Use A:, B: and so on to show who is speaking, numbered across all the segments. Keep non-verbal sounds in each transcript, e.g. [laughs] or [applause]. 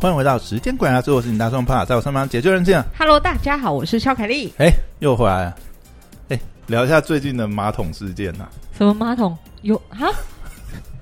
A: 欢迎回到时间管家，最后是你大众怕，在我身旁解救人性。
B: Hello，大家好，我是肖凯丽。
A: 哎，又回来了。哎，聊一下最近的马桶事件呐、
B: 什么马桶有啊？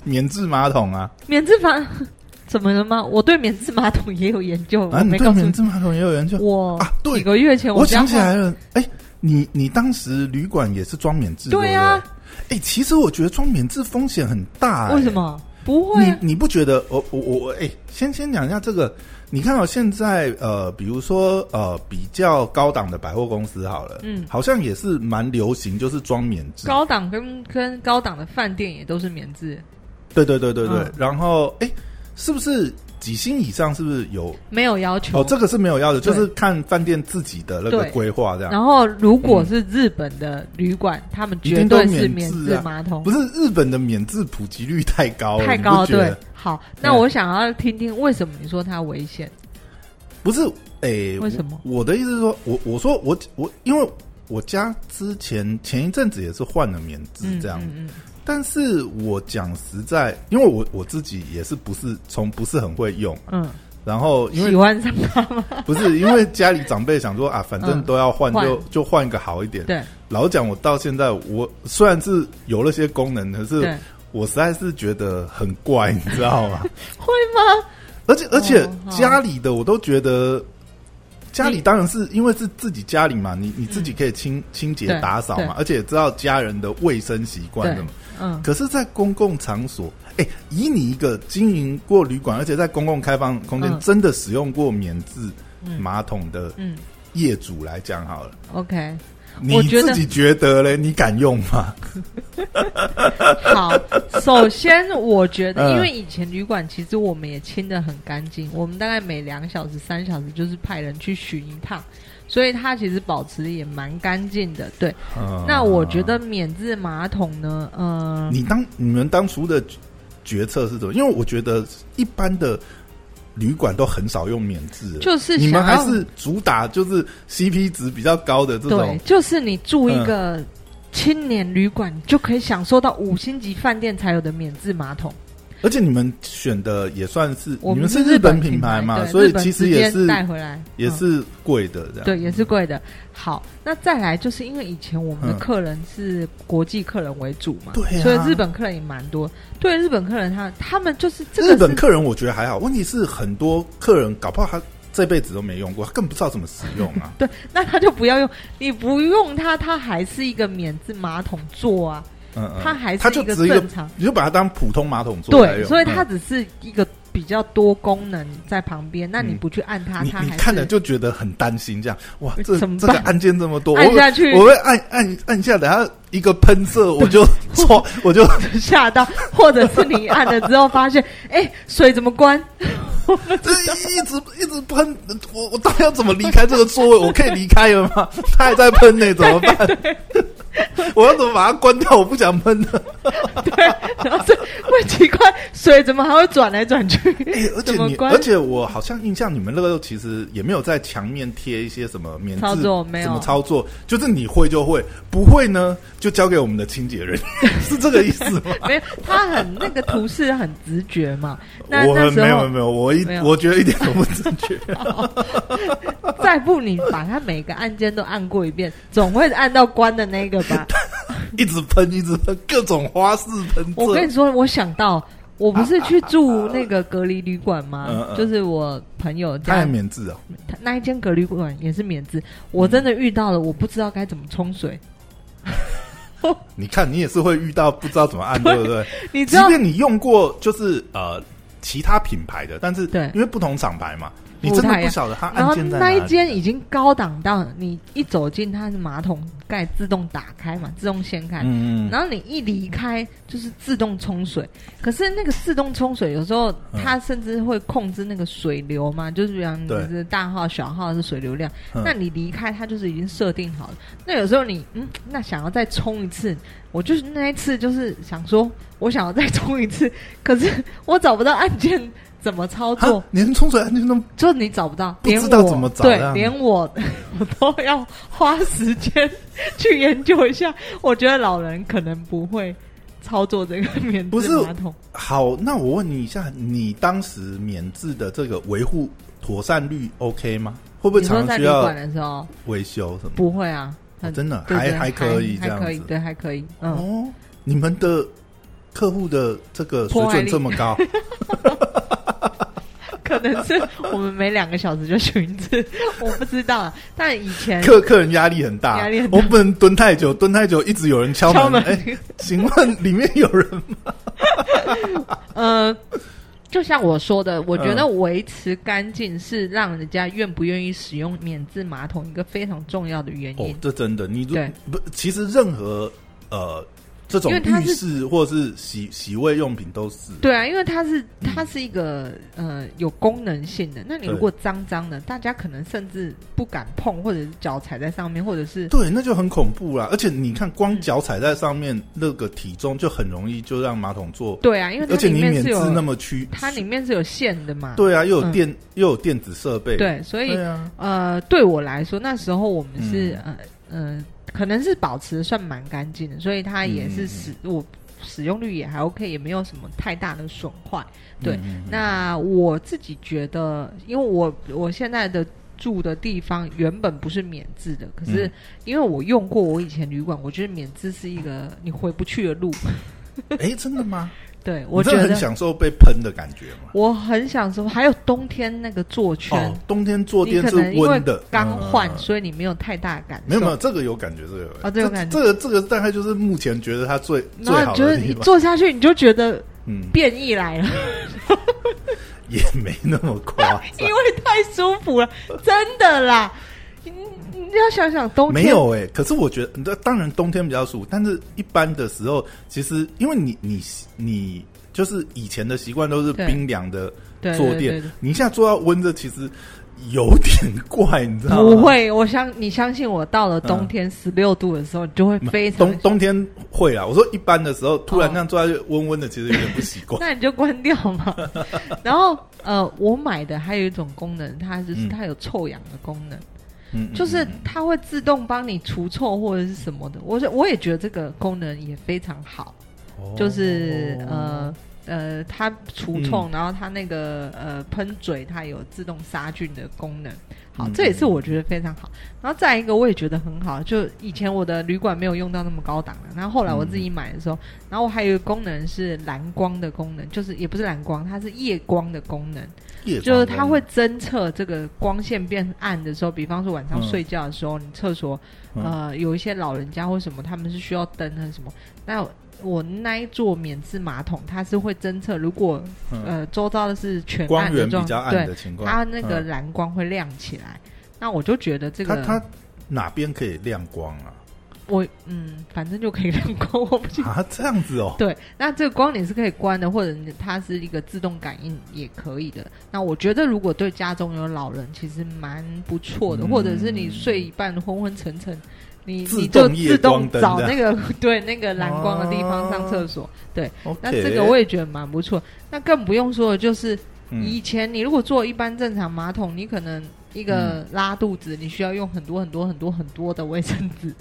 A: 免治马桶啊，
B: 免治马 [laughs] 怎么了吗？我对免治马桶也有研究，
A: 啊，
B: 我
A: 你
B: 没
A: 对
B: 告诉
A: 免
B: 你。
A: 治马桶也有研究
B: 我
A: 啊？
B: 几
A: 对，
B: 个月前
A: 我
B: 家
A: 想起来了，哎，你你当时旅馆也是装免治，
B: 对啊
A: 不对哎，其实我觉得装免治风险很大、哎
B: 为什？么不会
A: 你
B: 啊？
A: 你不觉得？我我我我，哎、先先讲一下这个。你看到、哦现在呃，比如说呃，比较高档的百货公司好了，
B: 嗯
A: 好像也是蛮流行，就是装免治。
B: 高档跟跟高档的饭店也都是免治，
A: 对对对对对。
B: 嗯
A: 然后哎、是不是几星以上？是不是有？
B: 没有要求。
A: 哦，这个是没有要的，
B: 对
A: 就是看饭店自己的那个嗯
B: 对
A: 规划这样。
B: 然后如果是日本的旅馆，他们绝对是免治马桶
A: 不，是日本的免治普及率太高了，啊
B: 太
A: 哦你不
B: 高了。
A: 觉得
B: 对，好，那我想要听听为什么你说它危险？
A: 不是，诶、
B: 为什么
A: 我？我的意思是说，我我说我我，因为我家之前前一阵子也是换了免治
B: 嗯
A: 这样，
B: 嗯嗯
A: 但是我讲实在，因为我我自己也是不是从不是很会用，
B: 嗯，
A: 然后因
B: 喜
A: 为
B: 欢上它吗？
A: 不是因为家里长辈想说啊，反正
B: 嗯
A: 都要换，
B: 换
A: 就就换一个好一点。
B: 对
A: 老实讲，我到现在我虽然是有那些功能，可是
B: 对，
A: 我实在是觉得很
B: [laughs]
A: 怪，你知道吗？
B: 会吗？
A: 而且而且
B: 哦好
A: 家里的我都觉得，家里
B: 你
A: 当然是因为是自己家里嘛，你你自己可以清清洁
B: 对
A: 打扫
B: 对
A: 嘛，而且也知道家人的卫生习惯
B: 对
A: 什么。
B: 嗯，
A: 可是，在公共场所，哎，以你一个经营过旅馆，而且在公共开放空间
B: 嗯
A: 真的使用过免治
B: 嗯
A: 马桶的
B: 嗯
A: 业主来讲好了，
B: ，OK，
A: 你
B: 我觉
A: 自
B: 得
A: 己觉得嘞，你敢用吗？ [laughs]
B: 好。首先，我觉得，
A: 嗯
B: 因为以前旅馆其实我们也清的很干净，我们大概每两小时、三小时就是派人去巡一趟，所以它其实保持得也蛮干净的。对，
A: 嗯
B: 那我觉得免治马桶呢，呃，
A: 你当你们当初的决决策是怎么？因为我觉得一般的旅馆都很少用免治，
B: 就是
A: 你们
B: 想
A: 还
B: 要
A: 是主打就是 CP 值比较高的这
B: 对
A: 种，。嗯
B: 就是你住一个青年旅馆，你就可以享受到五星级饭店才有的免治马桶。
A: 而且你们选的也算是
B: 我
A: 你们
B: 是
A: 日本
B: 品
A: 品牌嘛，
B: 对
A: 所
B: 日
A: 以
B: 本
A: 其实
B: 直
A: 也
B: 接
A: 是
B: 带回来，
A: 也
B: 嗯
A: 是贵的这样。
B: 对，也是贵的。好，那再来就是因为以前我们的
A: 嗯
B: 客人是国际客人为主嘛，
A: 对啊
B: 所以日本客人也蛮多。对日本客人他，他们就是这个
A: 日本
B: 是。
A: 客人我觉得还好，问题是很多客人搞不好他这辈子都没用过，他更不知道怎么使用啊
B: 对，那他就不要用，你不用它，它还是一个免治马桶座啊，
A: 嗯嗯，
B: 它还
A: 他
B: 是
A: 就
B: 个
A: 只是一个
B: 正，常。
A: 你就把它当普通马桶座来
B: 对，
A: 用。
B: 所以它
A: 嗯
B: 只是一个比较多功能在旁边，那你
A: 嗯
B: 不去按它，
A: 你
B: 它
A: 你
B: 还
A: 看了
B: 是
A: 就觉得很担心，这样哇，这
B: 怎么
A: 这个
B: 办
A: 案件这么多，我
B: 按
A: 会
B: 下去
A: 我会按按按下，等下一个喷射，我
B: [laughs]
A: 就错，我就 [laughs]
B: 吓到，或者是你按了之后发现，哎、水怎么关？
A: 这一直一直喷，我我到底要怎么离开这个座位？我可以离开了吗？ [laughs] 他还在喷呢，怎么办？ [laughs] 我要怎么把它关掉？我不想喷
B: [laughs]
A: 了。
B: 对， [laughs] 然后这会奇怪，水怎么还会转来转去？
A: 哎而且
B: 怎么
A: 你，
B: 关
A: 而且我好像印象，你们那个其实也没有在墙面贴一些什么免治
B: 操作没有
A: 什么操作，就是你会就会，不会呢就交给我们的清洁人， [laughs] 是这个意思吗？
B: 没有，他很那个图示很直觉嘛。
A: [laughs]
B: [laughs] 那
A: 我
B: 那
A: 没
B: 时
A: 有
B: 候
A: 没有，我一
B: 没有
A: [laughs] 我觉得一点都不正确。
B: 再不你把他每个按键都按过一遍， [laughs] 总会按到关的那个
A: [laughs]
B: 吧？
A: 一直喷，一直喷，各种花式喷
B: 我跟
A: 射
B: 你。说，我想到。我不是去住那个隔离旅馆吗？
A: 嗯嗯
B: 就是我朋友
A: 他
B: 家
A: 还免嗯治哦，
B: 他那一间隔离馆也是免治，我真的遇到了，我不知道该怎么冲水。 [laughs]
A: 你看你也是会遇到不知道怎么
B: [laughs]
A: 按，对不对？
B: 你知
A: 即
B: 道
A: 便你用过就是呃其他品牌的，但是
B: 对
A: 因为不同厂牌嘛，
B: 不
A: 你真的
B: 太
A: 不
B: 一样
A: 晓得它
B: 然
A: 按
B: 后
A: 键在哪
B: 那
A: 里啊
B: 一间已经高档到你一走进，它是马桶盖自动打开嘛，自动掀开，
A: 嗯嗯
B: 然后你一离开就是自动冲水。可是那个自动冲水有时候
A: 嗯
B: 它甚至会控制那个水流嘛，就是比方你
A: 对
B: 是大号小号是水流量，
A: 嗯
B: 那你离开它就是已经设定好了。那有时候你嗯，那想要再冲一次，我就是那一次就是想说我想要再冲一次，可是我找不到按键怎么操
A: 哈
B: 作。
A: 啊连冲水按键都
B: 就你找不到，
A: 不
B: 连
A: 知道
B: 我
A: 怎么找这
B: 对，
A: 样
B: 连我我都 [laughs] 要花时间去研究一下。我觉得老人可能不会操作这个免
A: 不
B: 治
A: 是
B: 马桶。
A: 好，那我问你一下，你当时免治的这个维护妥善率 OK 吗？会不会
B: 你说
A: 常常
B: 在
A: 需
B: 旅
A: 要
B: 馆的时候
A: 维修什么？
B: 不会啊，很、
A: 真的
B: 对对
A: 还还可以这
B: 还
A: 样
B: 可以，
A: 子。
B: 对，还可以，嗯。
A: 哦，你们的客户的这个水
B: 破坏
A: 准
B: 力 [laughs]
A: 这么高，
B: [laughs] 可能是我们每两个小时就巡一次， [laughs] 我不知道啊。但以前
A: [laughs] 客客人压力很大，
B: 压力很大
A: 我不能蹲太久，蹲太久一直有人敲
B: 敲门，
A: 哎、请
B: [laughs]
A: 问里面有人吗？
B: 呃，就像我说的，我觉
A: 嗯
B: 得维持干净是让人家愿不愿意使用免治马桶一个非常重要的原
A: 哦
B: 因。，
A: 这真的，你如
B: 对
A: 不，其实任何呃这种
B: 因为它
A: 浴
B: 是
A: 室或是洗洗胃用品都是，
B: 对啊，因为它是它是一个呃有功能性的，那你
A: 嗯对
B: 如果脏脏的，大家可能甚至不敢碰，或者是脚踩在上面，或者是
A: 对，那就很恐怖啦。而且你看，光脚踩在上面，那个体重就很容易就让马桶坐，
B: 对啊，因为它
A: 而且
B: 里
A: 你
B: 面
A: 免
B: 是
A: 治
B: 有嗯
A: 那么屈，
B: 它里面是有线的嘛，
A: 对啊，又有
B: 嗯
A: 电、又有电子设备，
B: 对，所以
A: 对啊，
B: 呃，对我来说，那时候我们是、
A: 嗯
B: 呃呃，可能是保持得算蛮干净的，所以它也
A: 嗯嗯
B: 是使、我使用率也还 OK，也没有什么太大的损坏。对
A: 嗯，嗯嗯
B: 那我自己觉得，因为我我现在的。住的地方原本不是免治的，可是
A: 嗯
B: 因为我用过我以前旅馆，我觉得免治是一个你回不去的
A: [laughs]
B: 路。
A: 哎、真的吗？
B: 对我
A: 你
B: 觉
A: 真的很
B: 得
A: 享受被喷的感觉吗？
B: 我很享受，还有冬天那个坐圈
A: 哦，，冬天坐
B: 你
A: 垫
B: 可
A: 是
B: 能因为
A: 温的，
B: 刚换，
A: 嗯嗯嗯
B: 所以你没有太大的感受。
A: 没有没有，这个有感觉，这个有
B: 哦这个有感觉
A: 这个这个大概就是目前觉得它最最
B: 然
A: 好
B: 后你就
A: 的
B: 是你
A: 地方，
B: 坐下去，你就觉得
A: 嗯，
B: 变异
A: [laughs]
B: 来了，
A: 也没那么夸
B: [laughs] 因
A: 张，
B: 为太舒服了，真的啦。你你你要想想冬天
A: 没有哎、可是我觉得，那当然冬天比较舒服，但是一般的时候，其实因为你你你就是以前的习惯都是
B: 对
A: 冰凉的
B: 对
A: 坐
B: 对对
A: 垫
B: 对，
A: 你一下坐到温的，其实有点怪，你知道吗？
B: 不会，我相你相信我，到了冬天十六度的时候，你就会非常
A: 嗯冬。冬天会啊，我说一般的时候，突然
B: 哦
A: 那样坐下去温温的，其实有点不习惯。
B: 那你就关掉嘛。 [laughs] 然后呃，我买的还有一种功能，它就是
A: 嗯
B: 它有臭氧的功能，
A: 嗯嗯
B: [laughs] 就是
A: 嗯
B: 它会自动帮你除臭或者是什么的。我觉我也觉得这个功能也非常好。
A: 哦
B: 就是呃呃，它除虫，
A: 嗯
B: 然后它那个呃喷嘴，它有自动杀菌的功能。好，
A: 嗯
B: 这也是我觉得非常好。然后再一个，我也觉得很好，就以前我的旅馆没有用到那么高档的，然后后来我自
A: 嗯
B: 己买的时候，然后我还有一个功能是蓝光的功能，就是也不是蓝光，它是夜光的功能。
A: 夜
B: 就是
A: 闯
B: 它
A: 关
B: 会侦测这个光线变暗的时候，比方说晚上
A: 嗯
B: 睡觉的时候，你厕所、
A: 嗯
B: 呃有一些老人家或什么，他们是需要灯还是什么？那我那一座免治马桶，它是会侦测，如果、
A: 嗯
B: 呃周遭的是全
A: 光
B: 暗的
A: 源
B: 状
A: 比较暗
B: 对，
A: 的情况，
B: 它那个
A: 嗯
B: 蓝光会亮起来。那我就觉得这
A: 它
B: 个，
A: 它哪边可以亮光啊？
B: 我嗯，反正就可以亮光，我不记得。
A: 啊，这样子哦，
B: 对，那这个光你是可以关的，或者你它是一个自动感应也可以的。那我觉得，如果对家中有老人，其实蛮不错的，
A: 嗯
B: 或者是你睡一半昏昏沉沉，你
A: 自
B: 你就
A: 动夜
B: 自动
A: 光灯啊哦
B: 找
A: 这
B: 那个 [laughs] 对那个蓝光的地方上厕所。那这个我
A: 位
B: 也觉得蛮不错。那更不用说的就是，
A: 嗯
B: 以前你如果坐一般正常马桶，你可能一个拉肚子，你需要用很多很多很多很多的卫生纸。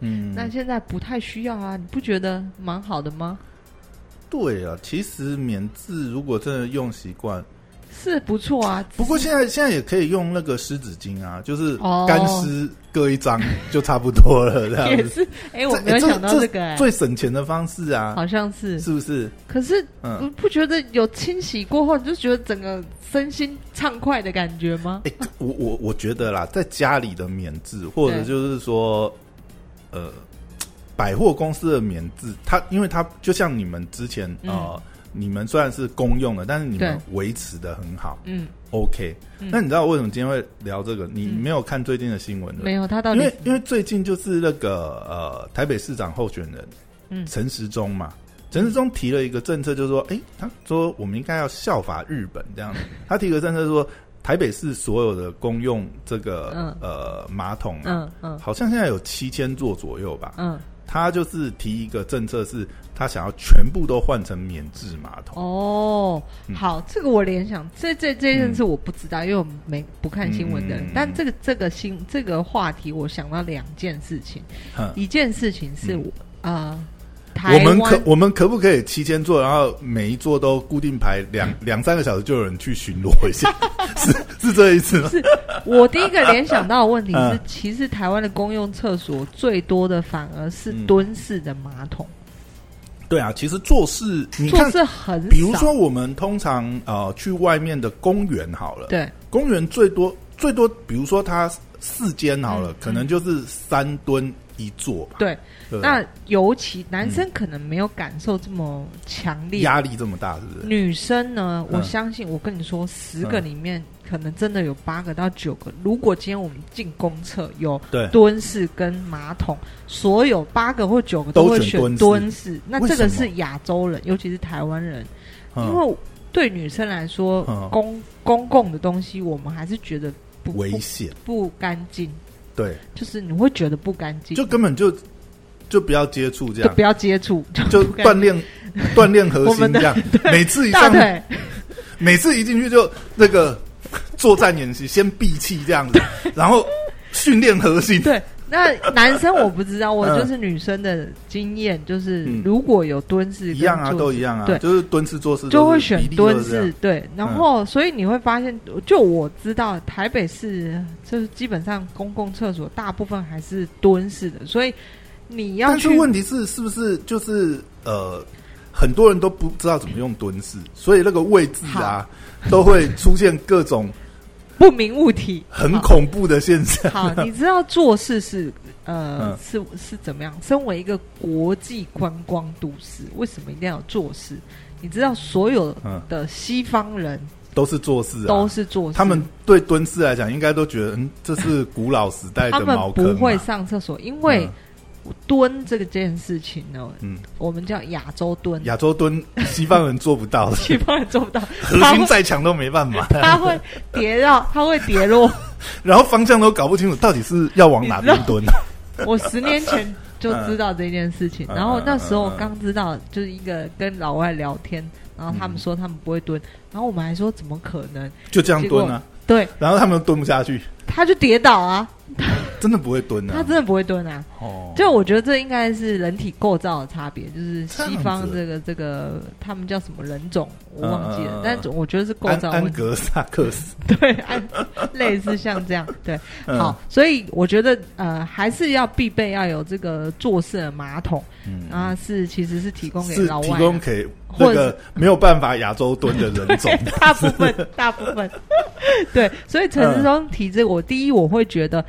A: 嗯
B: 那现在不太需要啊，你不觉得蛮好的吗？
A: 对啊，其实免治如果真的用习惯，
B: 是不错啊，
A: 不过
B: 只是
A: 现在现在也可以用那个湿纸巾啊，就是
B: 哦
A: 干湿各一张就差不多了，这
B: [laughs] 也
A: 样子
B: 是，哎、我
A: 这
B: 没有
A: 这
B: 想到
A: 这
B: 这个、哎，
A: 最省钱的方式啊，
B: 好像是。
A: 是不是？
B: 可是
A: 嗯，
B: 不不觉得有清洗过后，你就觉得整个身心畅快的感觉吗？
A: 哎，我我我觉得啦，在家里的免治，或者
B: 对
A: 就是说，呃，百货公司的免治，它因为它就像你们之前
B: 嗯
A: 呃，你们虽然是公用的，但是你们
B: 对
A: 维持的很好
B: 嗯，
A: ，OK。
B: 嗯
A: 那你知道为什么今天会聊这个？你
B: 嗯
A: 没有看最近的新闻
B: 没
A: 对
B: 有，他到
A: 嗯不对？因
B: 底
A: 为因为最近就是那个呃，台北市长候选人，
B: 嗯
A: 陈时中嘛，陈时中提了一个政策，就是说，哎、他说我们应该要效法日本这
B: [laughs]
A: 样子。他提个政策说，台北市所有的公用这个、
B: 嗯
A: 呃马桶啊、
B: 嗯嗯
A: 好像现在有七千座左右吧。
B: 嗯，
A: 他就是提一个政策是，他想要全部都换成免治马桶。
B: 哦，
A: 嗯
B: 好，这个我联想，这这这件事我不知道，因为我没不看新闻的人。
A: 嗯
B: 但这个这个新这个话题，我想到两件事情，
A: 哼
B: 一件事情是
A: 嗯
B: 我、呃，台
A: 我
B: 湾
A: 们可我们可不可以提前做，然后每一座都固定排两两三个小时，就有人去巡逻一
B: [laughs]
A: 下？是是这意思吗？
B: 我第一个联想到的问题是
A: 嗯，
B: 其实台湾的公用厕所最多的反而是蹲式的马桶，
A: 对啊，其实做事嗯你
B: 坐
A: 看，
B: 式很少。
A: 比如说我们通常呃去外面的公园好了，
B: 对，
A: 公园最多最多，比如说它四间好了，
B: 嗯
A: 可能就是三吨一座吧。
B: 对
A: 对不对，
B: 那尤其男生可能没有感受这么强烈，
A: 压力这么大，是不是？
B: 女生呢，
A: 嗯
B: 我相信，我跟你说，十个里面可能真的有八个到九个。如果今天我们进公厕有
A: 对
B: 蹲式跟马桶，所有八个或九个
A: 都
B: 会
A: 选蹲
B: 选
A: 式
B: 蹲式。那这
A: 为
B: 个
A: 什么
B: 是亚洲人，尤其是台湾人，因
A: 嗯，
B: 为对女生来说，
A: 嗯
B: 公公共的东西，我们还是觉得不
A: 危
B: 不
A: 险，
B: 不干净，
A: 对，
B: 就是你会觉得不干净，
A: 就根本就就不要接触这
B: 就
A: 样
B: 不，要接触，
A: 就
B: 不干
A: 锻炼锻炼核
B: 我
A: 心
B: 们的
A: 这样。每次一
B: 大
A: 上，
B: 腿。
A: 每次一进去就那个作战演习，先闭气这
B: [laughs]
A: 样子，然后训练核心。
B: 对，那男生我不知道，我
A: 嗯
B: 就是女生的经验，就是
A: 嗯
B: 如果有蹲式跟
A: 一样啊，
B: 坐
A: 都
B: 式
A: 一样啊，
B: 对
A: 就是蹲式做事
B: 就会
A: 都是
B: 选
A: 比例都
B: 蹲
A: 是这样嗯
B: 式，对，然后所以你会发现，就我知道台北市就是基本上公共厕所大部分还是蹲式的，所以你要
A: 但是
B: 去
A: 问题是，是不是就是呃，很多人都不知道怎么用蹲式，所以那个位置啊，都会出现各种
B: 不明物体，
A: 很
B: 好
A: 恐怖的现象。
B: 好，你知道做事是呃、
A: 嗯
B: 是是怎么样？身为一个国际观光都市，为什么一定要有做事？你知道所有
A: 嗯，
B: 的西方人
A: 都是做事啊，
B: 都是做事，
A: 他们对蹲式来讲，应该都觉得嗯，这是古老时代
B: 他
A: 的
B: 们
A: 茅坑嘛。啊
B: 不会上厕所，因为蹲这件事情呢，
A: 嗯
B: 我们叫亚洲蹲
A: 嗯，
B: [laughs]
A: 亚洲蹲，西方人做不到的
B: 西方人做不到，
A: 核
B: 他
A: 心
B: 会
A: 再强都没办法，
B: 他会跌到，他会跌落。
A: 然后方向都搞不清楚，到底是要往哪边蹲。啊
B: 我十年前就知道这件事情，
A: 嗯
B: 然后那时候
A: 嗯嗯嗯
B: 刚知道，就是一个跟老外聊天，然后他
A: 嗯
B: 们说他们不会蹲，然后我们还说怎么可能？
A: 就这样蹲啊，
B: 对，
A: 然后他们都蹲不下去，
B: 他就跌倒啊，
A: 真的不会蹲啊。
B: 他真的不会蹲啊。
A: 哦，
B: 就我觉得这应该是人体构造的差别，就是
A: 这样
B: 西方
A: 子
B: 这个这个他们叫什么人种，我忘记
A: 嗯嗯
B: 了
A: 嗯，
B: 但我觉得是构
A: 安
B: 造
A: 安
B: 问题，
A: 格萨克斯，
B: [laughs] 对，安类似像这样，对，
A: 嗯
B: 好，，所以我觉得呃还是要必备要有这个坐式的马桶
A: 嗯
B: 啊，是其实是提供给
A: 是
B: 老
A: 提
B: 外
A: 供
B: 的，
A: 给
B: 或
A: 那
B: 者
A: 个没有办法亚洲蹲的人种。
B: [laughs] 大部分大部分， [laughs] 对，所以陈志
A: 嗯
B: 忠提这个，我第一我会觉得。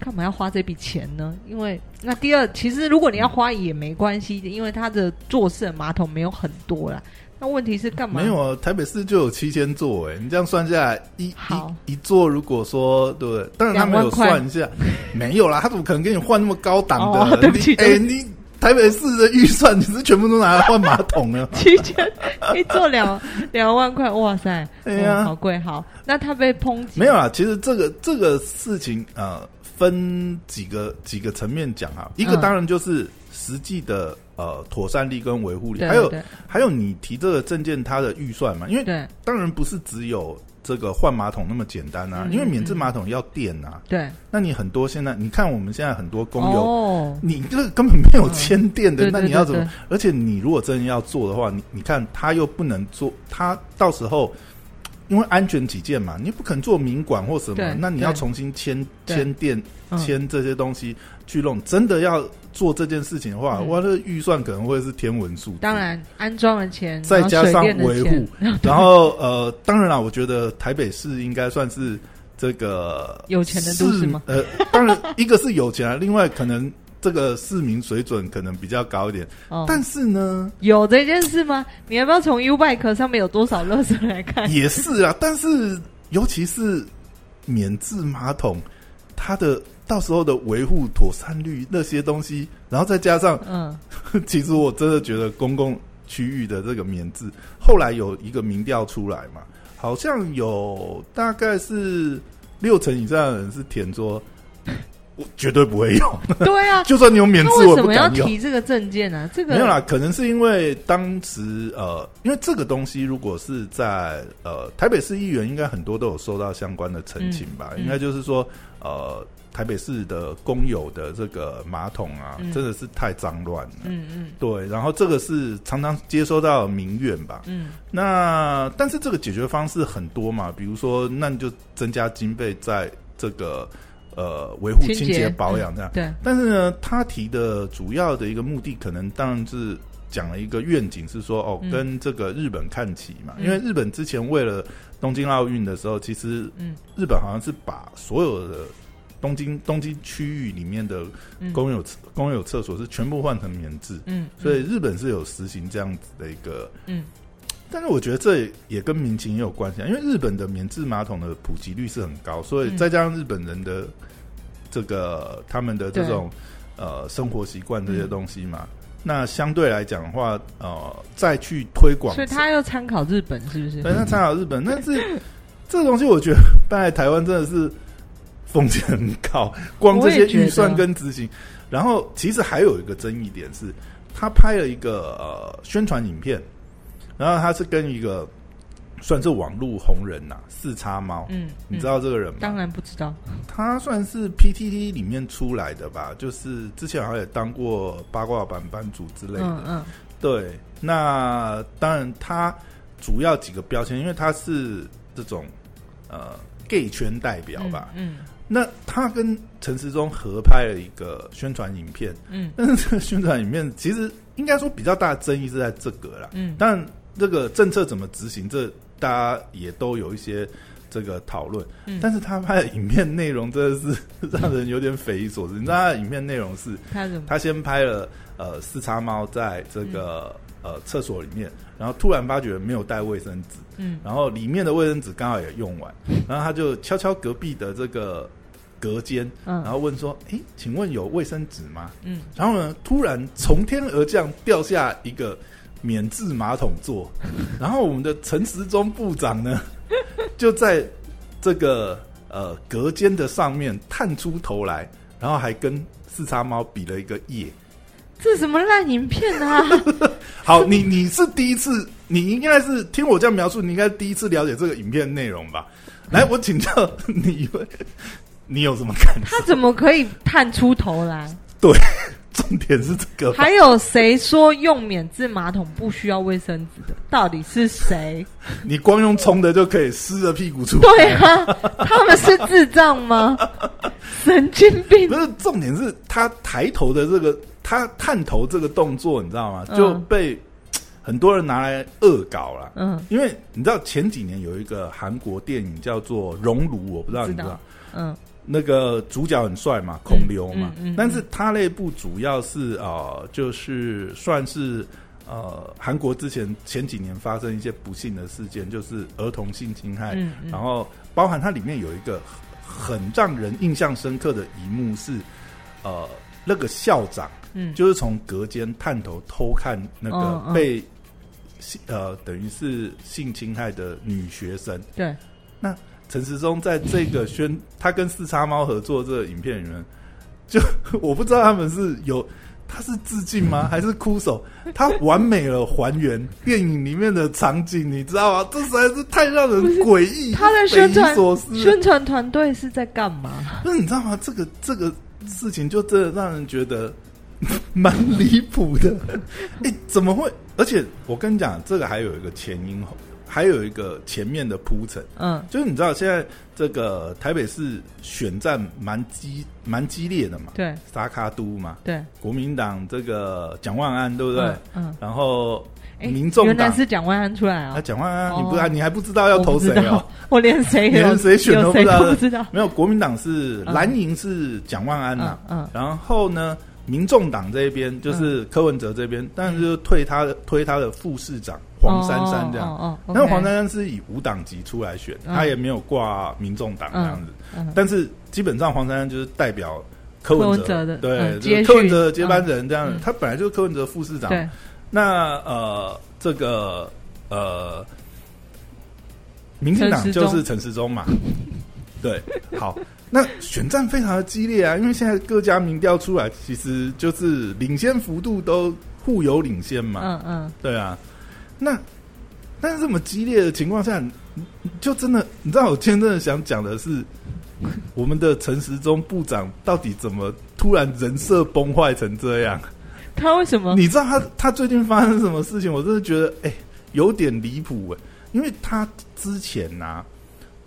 B: 干嘛要花这笔钱呢？因为那第二，其实如果你要花也没关系，因为它的坐式的马桶没有很多啦。那问题是干嘛？
A: 没有啊，台北市就有七千座哎，你这样算下来一
B: 好
A: 一一座，如果说对不对？当然他没有
B: 两万块
A: 算一下，没有啦，他怎么可能给你换那么高档的？
B: 哦对不起
A: 你哎、
B: 对不？
A: 你台北市的预算你是全部都拿来换马桶了
B: 七千一做两两万块，哇塞，
A: 哎呀
B: 嗯好贵。好，那他被抨击
A: 没有啊啦，其实这个这个事情呃，分几个几个层面讲啊，一个
B: 嗯
A: 当然就是实际的呃妥善力跟维护力，
B: 对
A: 还有
B: 对
A: 还有你提这个证件它的预算嘛，因为
B: 对
A: 当然不是只有这个换马桶那么简单啊，
B: 嗯
A: 因为免治马桶要电啊，
B: 对，
A: 那你很多现在你看我们现在很多公有。
B: 哦，
A: 你这个根本没有签电的，
B: 嗯对
A: 那
B: 对
A: 你要怎
B: 对
A: 么？而且你如果真的要做的话，你你看他又不能做，他到时候因为安全起见嘛，你不肯做民管或什么
B: 对，
A: 那你要
B: 对
A: 重新签
B: 对
A: 签电
B: 嗯
A: 签这些东西去弄。真的要做这件事情的话，
B: 嗯
A: 哇，这个预算可能会是天文数字。
B: 当然安装的钱，
A: 再
B: 然后
A: 加
B: 水
A: 上
B: 电的
A: 维
B: 钱
A: 护，然后呃，当然啦，我觉得台北市应该算是这个
B: 有钱的都市吗？
A: 呃，当然一个是有钱啊，另外可能这个市民水准可能比较高一点，
B: 哦
A: 但是呢，
B: 有这件事吗？你要不要从 U Bike 上面有多少垃圾来看？
A: 也是啊，但是尤其是免治马桶，它的。到时候的维护妥善率那些东西，然后再加上，
B: 嗯，
A: [laughs] 其实我真的觉得公共区域的这个免治，后来有一个民调出来嘛，好像有大概是六成以上的人是填说，我绝对不会用，[laughs]
B: 对啊，
A: 就算你有免治，
B: 那为
A: 我
B: 什
A: 不
B: 么要
A: 敢用。
B: 提这个证件呢、这个
A: 没有啦，可能是因为当时呃，因为这个东西如果是在呃台北市议员，应该很多都有收到相关的澄清吧，
B: 嗯嗯
A: 应该就是说呃台北市的公有的这个马桶啊，
B: 嗯
A: 真的是太脏乱了。
B: 嗯嗯
A: 对，然后这个是常常接收到的民怨吧。
B: 嗯
A: 那但是这个解决方式很多嘛，比如说，那你就增加经费在这个呃维护
B: 清
A: 清
B: 洁
A: 洁保养这样。
B: 嗯对，
A: 但是呢，他提的主要的一个目的，可能当然是讲了一个愿景，是说哦
B: 嗯，
A: 跟这个日本看齐嘛，
B: 嗯
A: 因为日本之前为了东京奥运的时候，其实
B: 嗯
A: 日本好像是把所有的东京东京区域里面的
B: 嗯
A: 公有、公有厕所是全部换成免治，
B: 嗯，
A: 所以日本是有实行这样子的一个。
B: 嗯
A: 但是我觉得这也跟民情也有关系，啊，因为日本的免治马桶的普及率是很高，所以
B: 嗯
A: 再加上日本人的这个他们的这
B: 对嗯
A: 种呃生活习惯这些东西嘛，那相对来讲的话，呃，再去推广，
B: 所以他要参考日本是不是？
A: 对，啊那参考日本，但是
B: [laughs]
A: 这个东西我觉得搬来台湾真的是风险很
B: [laughs]
A: 高，光这些预算跟执行。然后其实还有一个争议点是，他拍了一个呃宣传影片，然后他是跟一个算是网络红人呐、四叉猫，
B: 嗯，
A: 你知
B: 道？
A: 道这个人吗？
B: 当然不知道，
A: 他算是 PTT 里面出来的吧，就是之前好像也当过八卦版版主之类的。
B: 嗯嗯
A: 对，那当然，他主要几个标签，因为他是这种呃 gay 圈代表吧。
B: 嗯
A: 那他跟陈时中合拍了一个宣传影片，
B: 嗯
A: 但是这个宣传影片其实应该说比较大的争议是在这个啦。
B: 嗯
A: 但这个政策怎么执行，这大家也都有一些这个讨论。
B: 嗯，
A: 但是他拍的影片内容真的是 [laughs] 让人有点匪夷所思。你知道他的影片内容是
B: 他怎么？
A: 他先拍了呃四叉猫在这个、呃厕所里面，然后突然发觉没有带卫生纸，
B: 嗯
A: 然后里面的卫生纸刚好也用完，然后他就敲敲隔壁的这个隔间，然
B: 嗯
A: 后问说：“诶，请问有卫生纸吗
B: 嗯，？”
A: 然后呢，突然从天而降掉下一个免治马桶座，然后我们的陈时中部长呢就在这个呃隔间的上面探出头来，然后还跟四叉猫比了一个耶。
B: 这什么烂影片 [laughs] 啊！
A: 好，你你是第一次，你应该是听我这样描述，你应该第一次了解这个影片内容
B: [laughs]
A: 吧？来，我请教你， [laughs] 你有什么感受？
B: 他怎么可以探出头
A: [laughs]
B: 来？
A: 重点是这个吧，
B: 还有谁说用免治马桶不需要卫生纸的？到底
A: [laughs]
B: 是谁？
A: 你光用冲的就可以湿着屁股
B: [laughs]
A: 出来，
B: 对啊，他们是智障
A: [laughs]
B: 吗？神经病
A: 不！是重点是他抬头的这个，他探头这个动作，你知道吗？就
B: 嗯
A: 被很多人拿来恶搞了。
B: 嗯
A: 因为你知道前几年有一个韩国电影叫做《熔炉》，我不知道你知
B: 知
A: 道
B: 道。嗯
A: 那个主角很帅嘛，孔刘嘛，
B: 嗯嗯嗯
A: 但是他那部主要是呃，就是算是呃，韩国之前前几年发生一些不幸的事件，就是儿童性侵害，
B: 嗯嗯
A: 然后包含它里面有一个很很让人印象深刻的一幕是，呃，那个校长
B: 嗯，
A: 就是从隔间探头偷看那
B: 嗯
A: 个
B: 嗯
A: 被性、呃等于是性侵害的女学生，
B: 对，
A: 陈时中在这个宣他跟四叉猫合作这个影片里面，就 [laughs] 我不知道他们是有他是致敬吗，还是哭手？他完美了还原电影里面的场景，你知道吗？这实在是太让人诡异，
B: 他的宣
A: 匪夷
B: 传
A: 所思。
B: 宣传团队是在干嘛？
A: 那你知道吗？这个这个事情就真的让人觉得 [laughs] 蛮离谱的。哎、怎么会？而且我跟你讲，这个还有一个前因后，还有一个前面的铺陈。
B: 嗯
A: 就是你知道现在这个台北市选战蛮激蛮激烈的嘛，
B: 对
A: 沙卡都嘛，
B: 对，
A: 国民党这个蒋万安对不对？
B: 嗯嗯，
A: 然后
B: 哎
A: 民众
B: 原来
A: 党
B: 是蒋万安出来
A: 啊，
B: 啊！
A: 蒋万安，
B: 哦
A: 你不啊你还不知道要投谁
B: 我不知
A: 哦
B: [laughs] 道？，我连谁
A: 连
B: 有
A: 谁选都
B: 有
A: 不知
B: 谁
A: 道
B: 都不知道。
A: 没有，国民党是
B: 嗯
A: 蓝营是蒋万安呐、
B: 嗯嗯
A: 然后呢，民众党这边就是柯文哲这边，但是就推他的推他的副市长黄珊珊这样。
B: 哦哦，
A: 但是黄
B: 珊
A: 珊珊是以无党籍出来选，
B: 嗯
A: 他也没有挂民众党这样子。
B: 嗯
A: 但是基本上黄珊珊就是代表柯文
B: 柯文哲的
A: 对，就是
B: 嗯接续
A: 柯文哲的接班人这样。
B: 嗯
A: 他本来就是柯文哲副市长。
B: 对，嗯
A: 那呃，这个呃，民进党
B: 陈时中
A: 就是陈时中嘛。对，好，那选战非常的激烈啊，因为现在各家民调出来，其实就是领先幅度都互有领先嘛。
B: 嗯嗯，
A: 对啊，那但是这么激烈的情况下，你你就真的，你知道，我今天真的想讲的是，我们的陈时中部长到底怎么突然人设崩坏成这样？
B: 他为什么？
A: 你知道他他最近发生什么事情？我真的觉得哎、有点离谱哎，因为他之前呐、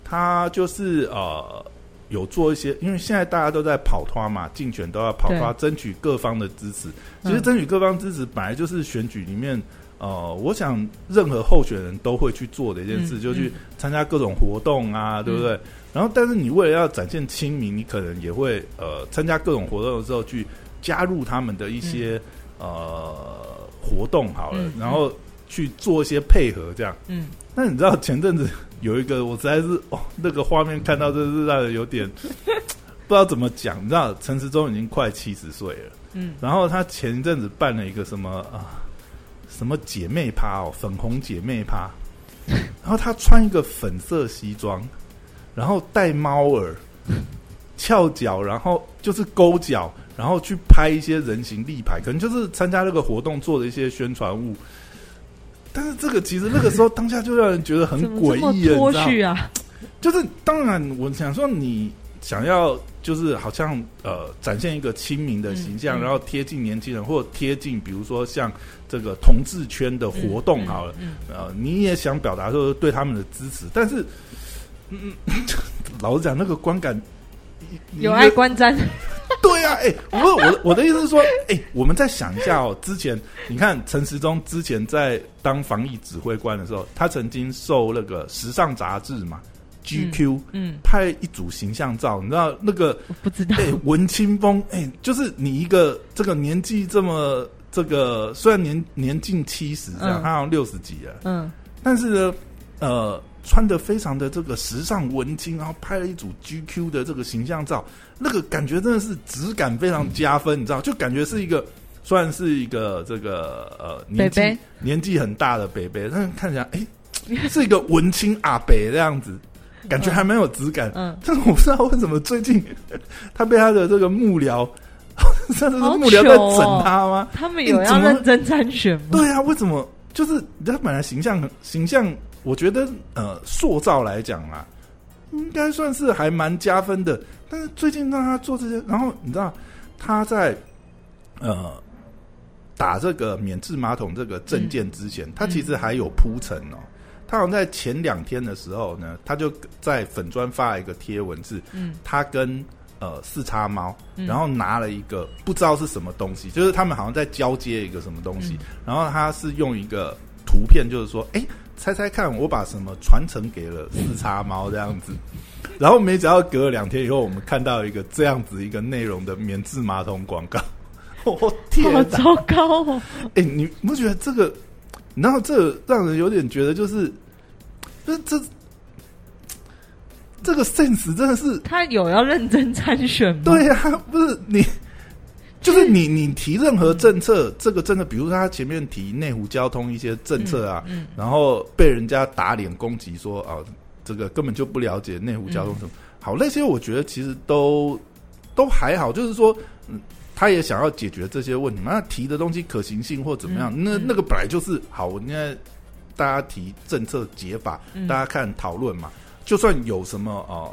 A: 他就是呃有做一些，因为现在大家都在跑团嘛，竞选都要跑团，争取各方的支持。其实
B: 嗯
A: 争取各方支持本来就是选举里面。呃，我想任何候选人都会去做的一件事，
B: 嗯
A: 就去
B: 嗯
A: 参加各种活动啊，对不对？然后，但是你为了要展现亲民，你可能也会呃参加各种活动的时候去加入他们的一些、呃活动好了，
B: 嗯
A: 然后去做一些配合这样。
B: 嗯，
A: 那你知道前阵子有一个，我实在是哦，那个画面看到真是让人有点不知道怎么讲。你知道陈时中已经快七十岁了，
B: 嗯，
A: 然后他前一阵子办了一个什么啊、什么姐妹趴哦，粉红姐妹
B: [laughs]
A: 趴，然后他穿一个粉色西装，然后戴猫耳，翘脚，然后就是勾脚，然后去拍一些人形立牌，可能就是参加那个活动做的一些宣传物。但是这个其实那个时候当下就让人觉得很
B: 怎么
A: 诡
B: 这么
A: 异了，
B: 脱
A: 你知道吗
B: 序啊？
A: 就是当然，我想说你想要就是好像呃展现一个亲民的形象，
B: 嗯嗯
A: 然后贴近年轻人，或者贴近比如说像这个同志圈的活动好了，
B: 嗯，
A: 呃，你也想表达说对他们的支持，但是嗯， [laughs] 老实讲，那个观感。
B: 嗯
A: 你
B: 有碍观瞻，
A: 对啊，哎、我我我的意思是说，哎、我们再想一下哦，之前你看陈时中之前在当防疫指挥官的时候，他曾经受那个时尚杂志嘛 GQ、
B: 嗯，
A: 拍一组形象照，你知道那个
B: 我不知道
A: 哎、，文青风哎、就是你一个这个年纪这么这个虽然年年近七十这样，
B: 嗯
A: 他好像六十几了，
B: 嗯，
A: 但是呢，呃，穿的非常的这个时尚文青，然后拍了一组 GQ 的这个形象照，那个感觉真的是质感非常加分，
B: 嗯
A: 你知道，就感觉是一个。虽然是一个这个呃年纪
B: 北北
A: 年纪很大的北北，但是看起来
B: [laughs]
A: 哎、是一个文青阿北这样子，感觉还蛮有质感。
B: 嗯，
A: 但是我不知道为什么最近他被他的这个幕僚， [laughs] 甚至是幕僚
B: 好糗
A: 在
B: 哦
A: 整他吗？
B: 他们有
A: 你
B: 要
A: 怎么
B: 认真参选吗？
A: 哎对啊，为什么？就是他本来形象很形象，我觉得呃，塑造来讲啦，应该算是还蛮加分的。但是最近让他做这些，然后你知道他在呃打这个免治马桶这个证件之前，他其实还有铺陈哦。他好像在前两天的时候呢，他就在粉砖发了一个贴文是，
B: 嗯
A: 他跟呃四叉猫，
B: 嗯
A: 然后拿了一个不知道是什么东西，就是他们好像在交接一个什么东
B: 嗯
A: 西，然后他是用一个图片，就是说，哎，猜猜看，我把什么传承给了四叉猫这样子。 [laughs] 然后没想到隔了两天以后，我们看到一个这样子一个内容的免治马桶广告， [laughs] 我、天
B: 好
A: 哪！
B: 糟糕哦！
A: 哎、你不觉得这个？然后这个让人有点觉得就是，就是这这个 sense 真的是
B: 他有要认真参选吗？
A: 对呀、不是你，就是你，你提任何政策，这个政策，比如说他前面提内湖交通一些政策啊，
B: 嗯
A: 然后被人家打脸攻击说啊，这个根本就不了解内湖交通什么。好，那些我觉得其实都都还好，就是说，嗯，他也想要解决这些问题嘛，那提的东西可行性或怎么样，
B: 嗯
A: 那
B: 嗯
A: 那个本来就是好，我现在大家提政策解法，
B: 嗯
A: 大家看讨论嘛，就算有什么呃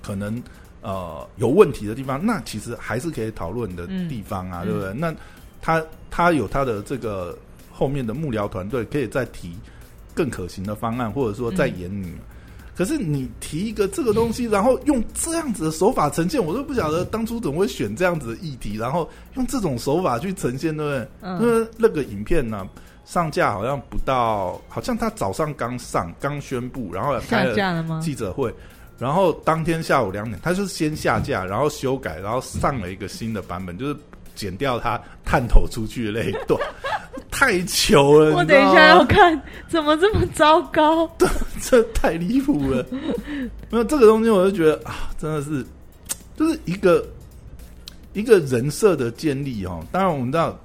A: 可能呃有问题的地方，那其实还是可以讨论的
B: 嗯
A: 地方啊，
B: 嗯
A: 对不对？那他他有他的这个后面的幕僚团队，可以再提更可行的方案，或者说再
B: 嗯
A: 演你。可是你提一个这个东西，然后用这样子的手法呈现，我都不晓
B: 嗯
A: 得当初怎么会选这样子的议题，然后用这种手法去呈现，对不对？
B: 嗯
A: 因为那个影片呢、上架好像不到，好像他早上刚上，刚宣布，然后开
B: 下
A: 了
B: 架了吗？
A: 记者会，然后当天下午两点，他就是先下架，然后修改，然后上了一个新的版本，就是剪掉他探头出去的那一
B: [laughs]
A: 段，太糗了！
B: 我
A: 你知
B: 等
A: 道
B: 一下要
A: 吗，
B: 看，怎么这么糟
A: [laughs]
B: 糕？
A: 这太离谱了。没有这个东西，我就觉得啊，真的是，就是一个一个人设的建立哦。当然，我们知道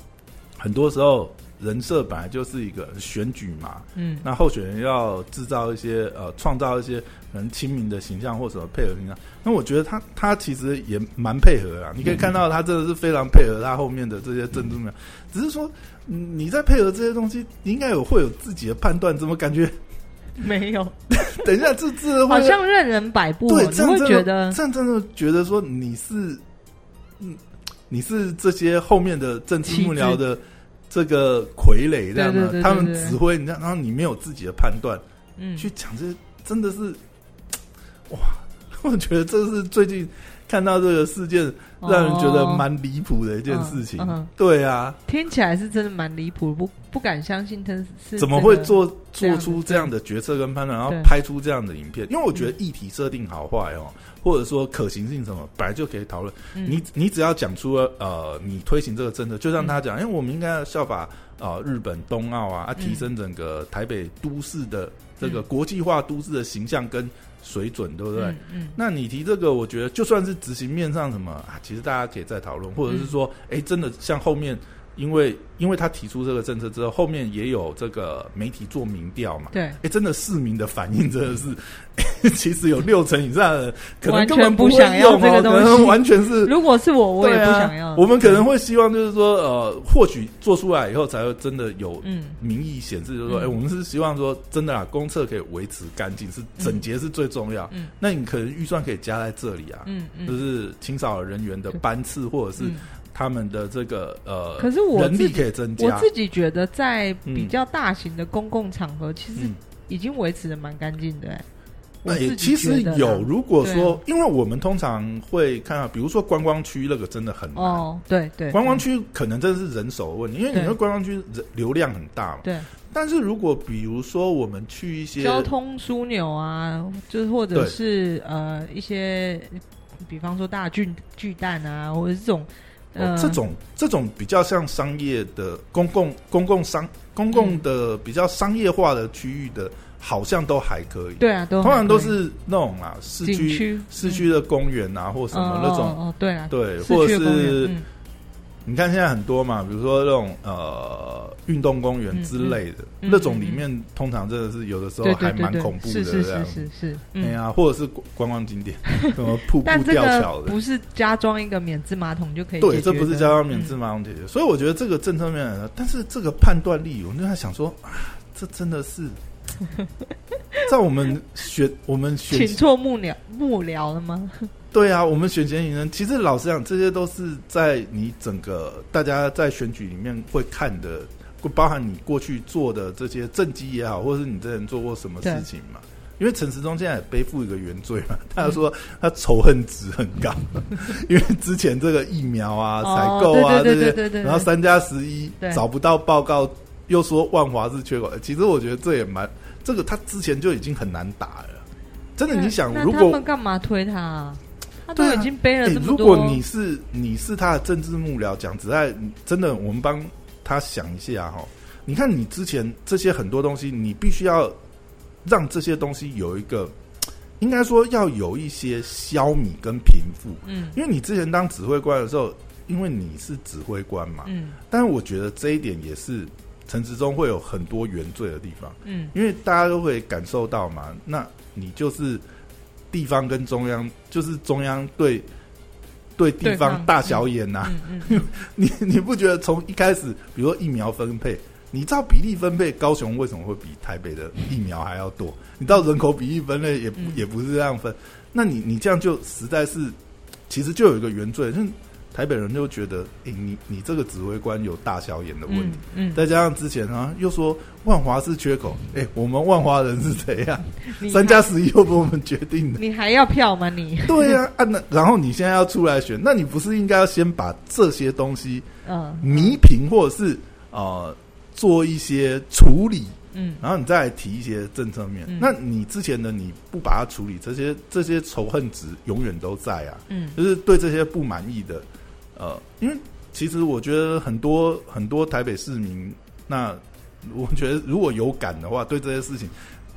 A: 很多时候人设本来就是一个选举嘛，
B: 嗯
A: 那候选人要制造一些呃，创造一些很亲民的形象或什么配合形象。那我觉得他他其实也蛮配合的啦，你可以看到他真的是非常配合他后面的这些政治面，只是说嗯你在配合这些东西，你应该有会有自己的判断，怎么感觉
B: 没有，
A: 等一下，这这
B: 好
A: 会
B: 像任人摆布哦、
A: 对，
B: 你
A: 这样
B: 会
A: 真的
B: 觉得
A: 这样真的觉得说你是，嗯，你是这些后面的政治幕僚的这个傀儡，这样
B: 对对
A: 的，
B: 对对
A: 他们
B: 对对
A: 指挥你这样，然后你没有自己的判断
B: 嗯，
A: 去讲这些，真的是，哇， [laughs] 我觉得这是最近看到这个事件
B: 哦
A: 让人觉得蛮离谱的一件事情
B: 嗯嗯。
A: 对啊，
B: 听起来是真的蛮离谱，不不敢相信他是
A: 怎么会
B: 这个？
A: 做
B: 这样
A: 做
B: 子
A: 出这样的决策跟判断，然后
B: 对嗯
A: 拍出这样的影片？因为我觉得议题设定好坏哦，或者说可行性什么，本来就可以讨论。
B: 嗯
A: 你你只要讲出了呃，你推行这个政策，就像他讲，因为我们应该要效法呃日本冬奥啊，啊
B: 嗯
A: 提升整个台北都市的这个国际化都市的形象跟水准，对不对？
B: 嗯嗯
A: 那你提这个，我觉得就算是执行面上什么啊，其实大家可以再讨论，或者是
B: 嗯
A: 说，哎、真的像后面，因为因为他提出这个政策之后，后面也有这个媒体做民调嘛，
B: 对，
A: 哎、真的市民的反应真的是， [laughs] 其实有六成以上的人可能
B: 完全
A: 根本
B: 不
A: 会
B: 想要
A: 用
B: 这个
A: 哦，
B: 东
A: 可
B: 西
A: 能完全是。
B: 如果是我，我也
A: 对
B: 不
A: 啊
B: 想要。
A: 我们可能会希望就是说，呃，或许做出来以后才会真的有
B: 嗯
A: 民意显示，就是说，哎、
B: 嗯
A: 我们是希望说，真的啊，公厕可以维持干净，是整洁是最重要。
B: 嗯
A: 那你可能预算可以加在这里啊，
B: 嗯
A: 就
B: 嗯，
A: 是清扫人员的班次，或者是
B: 嗯
A: 他们的这个呃，
B: 可是我
A: 人
B: 自
A: 力
B: 己
A: 可以增
B: 我
A: 加。
B: 自己觉得在比
A: 嗯
B: 较大型的公共场合，其实
A: 嗯，
B: 已经维持的蛮干净的、欸。我
A: 那也
B: 自己
A: 其实
B: 觉得啦
A: 有，如果说，
B: 对
A: 因
B: 啊
A: 为我们通常会看到，比如说观光区那个真的很难。
B: 哦，对对，
A: 嗯观光
B: 嗯
A: 区可能真的是人手的问题，因为你
B: 对
A: 说观光区人流量很大嘛。
B: 对
A: 但是如果比如说我们去一些
B: 交通枢纽啊，就是或者
A: 对
B: 是
A: 嗯
B: 呃一些，比方说大巨巨蛋啊，或者是这种
A: 哦
B: 呃
A: 这种这种比较像商业的公共公共商公
B: 嗯
A: 共的比较商业化的区域的，好像都还可以。
B: 对啊，都
A: 通常
B: 还
A: 都
B: 可以
A: 是那种啊，市
B: 景
A: 区
B: 区
A: 市区的公园啊，或
B: 嗯
A: 什么那
B: 哦
A: 种，
B: 哦哦对啊，
A: 对，
B: 市
A: 或者
B: 区的公园
A: 是
B: 嗯
A: 你看现在很多嘛，比如说那种呃运动公园之类的，
B: 嗯嗯
A: 那种里面通常真的是有的时候
B: 对
A: 还
B: 对对
A: 蛮
B: 对，
A: 恐怖的
B: 是是
A: 这
B: 是
A: 样。
B: 是是，
A: 哎
B: 嗯。
A: 呀，或者是观光景点，什么瀑
B: 但
A: 布
B: 这
A: 吊
B: 个
A: 桥的，
B: 不是加装一个免治马桶就可以解
A: 对，
B: 决
A: 这不是
B: 的
A: 加上免治
B: 嗯
A: 马桶解决，所以我觉得这个政策面来说，但是这个判断力，我就在想说啊，这真的
B: [laughs]
A: 是在我们选我们选
B: 请错幕僚幕僚了吗？
A: 对啊，我们选嫌疑人，其实老实讲，这些都是在你整个大家在选举里面会看的，包含你过去做的这些政绩也好，或者是你之前做过什么事情嘛。因为陈时中现在也背负一个原罪嘛，他说他仇恨值很高，因为之前这个疫苗啊、
B: 哦
A: 采购啊这
B: 对对对
A: 些
B: 对对对，对
A: 然后三加十一
B: 对
A: 找不到报告，又说万华是缺口，其实我觉得这也蛮这个他之前就已经很难打了。真的，你想，
B: 啊那
A: 如
B: 那他
A: 果
B: 们干嘛推他、啊？他都
A: 对啊
B: 已经背了
A: 欸
B: 这么
A: 如
B: 多，
A: 果你是你是他的政治幕僚，讲实在，真的，我们帮他想一下哈。你看，你之前这些很多东西，你必须要让这些东西有一个，应该说要有一些消弭跟平复。
B: 嗯
A: 因为你之前当指挥官的时候，因为你是指挥官嘛，
B: 嗯
A: 但是我觉得这一点也是陈时中会有很多原罪的地方。
B: 嗯
A: 因为大家都会感受到嘛，那你就是地方跟中央，就是中央对对地
B: 对
A: 方
B: 方
A: 大小眼呐、
B: 嗯嗯嗯，
A: [laughs] 你你不觉得从一开始，比如说疫苗分配，你照比例分配，高雄为什么会比台北的疫苗还要多？你到人口比例分类也不、
B: 嗯
A: 也不是这样分，那你你这样就实在是，其实就有一个原罪，就是台北人就觉得，诶、你你这个指挥官有大小眼的问题。
B: 嗯，嗯
A: 再加上之前啊，又说万华是缺口，哎、我们万华人是谁呀、
B: 你
A: 三
B: 还
A: 加十一又不是我们决定的。
B: 你还要票吗？你
A: 对呀、啊，那然后你现在要出来选，那你不是应该要先把这些东西 [laughs]
B: 嗯
A: 弥平，或者是呃做一些处理，
B: 嗯
A: 然后你再来提一些政策面。
B: 嗯
A: 那你之前的你不把它处理，这些这些仇恨值永远都在啊。
B: 嗯
A: 就是对这些不满意的，呃，因为其实我觉得很多很多台北市民，那我觉得如果有感的话，对这些事情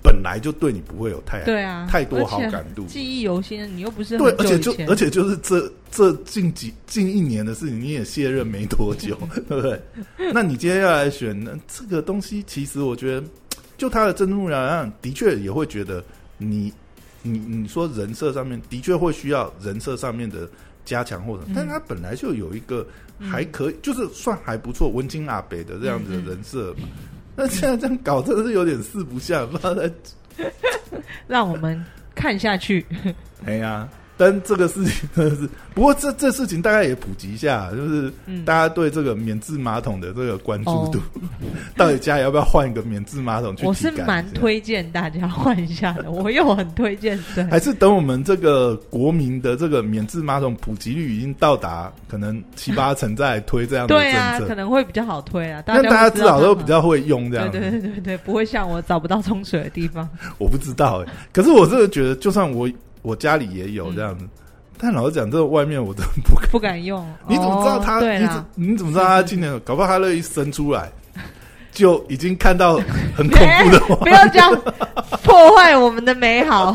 A: 本来就对你不会有太
B: 对啊，
A: 哎太多
B: 而且
A: 好感度，
B: 记忆犹新，你又不是很
A: 对，
B: 久
A: 而且就
B: 以前
A: 而且就是这这近几近一年的事情，你也卸任没多
B: [laughs]
A: 久，对不对？那你今天要来选，那这个东西其实我觉得，就他的政治幕僚上，的确也会觉得你你你说人设上面的确会需要人设上面的加强或者，
B: 嗯
A: 但他本来就有一个
B: 嗯
A: 还可以，就是算还不错文青阿北的这样子的
B: 嗯嗯
A: 人设嘛。那现在这样搞，真的是有点四不像，不知道在
B: 让我们看下去。
A: 哎呀，但这个事情真的是，不过这这事情大概也普及一下，就是
B: 嗯
A: 大，家对这个免治马桶的这个关注度， [laughs] 到底家里要不要换一个免治马桶去？
B: 哦我是蛮，推荐大家换一下
A: [laughs]
B: 的，我又很推荐。对，
A: 还是等我们这个国民的这个免治马桶普及率已经到达可能七八成，再来推这样的
B: 对啊，
A: 政
B: 可
A: 策，
B: 能会比较好推啊，
A: 让大家
B: 会
A: 至少
B: 它
A: 都
B: 嘛
A: 比较会用这样
B: 对
A: 子。
B: 对对对对，不会像我找不到冲水的地方。
A: 我不知道哎、可是我真的觉得，就算我我家里也有这样子，
B: 嗯
A: 但老实讲，这个外面我真的 [laughs] 不敢。
B: 不敢用。
A: 你怎么知道他？
B: 哦、对
A: 你怎
B: 啦，
A: 你怎么知道他今年？搞不好他那一伸出来， [laughs] 就已经看到 [laughs] 很恐怖的
B: [laughs]
A: 话。
B: 哎不要这样破坏我们的美
A: [laughs]
B: 好，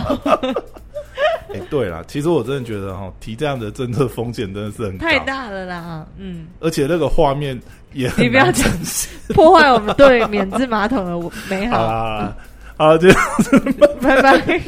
A: 哎、对啦，其实我真的觉得哈，提这样的政策风险真的是很高
B: 太，大了啦。嗯，
A: 而且那个画面也很
B: 你不要讲破坏我们对免治马桶的美好。
A: 啊。好，就
B: 拜拜。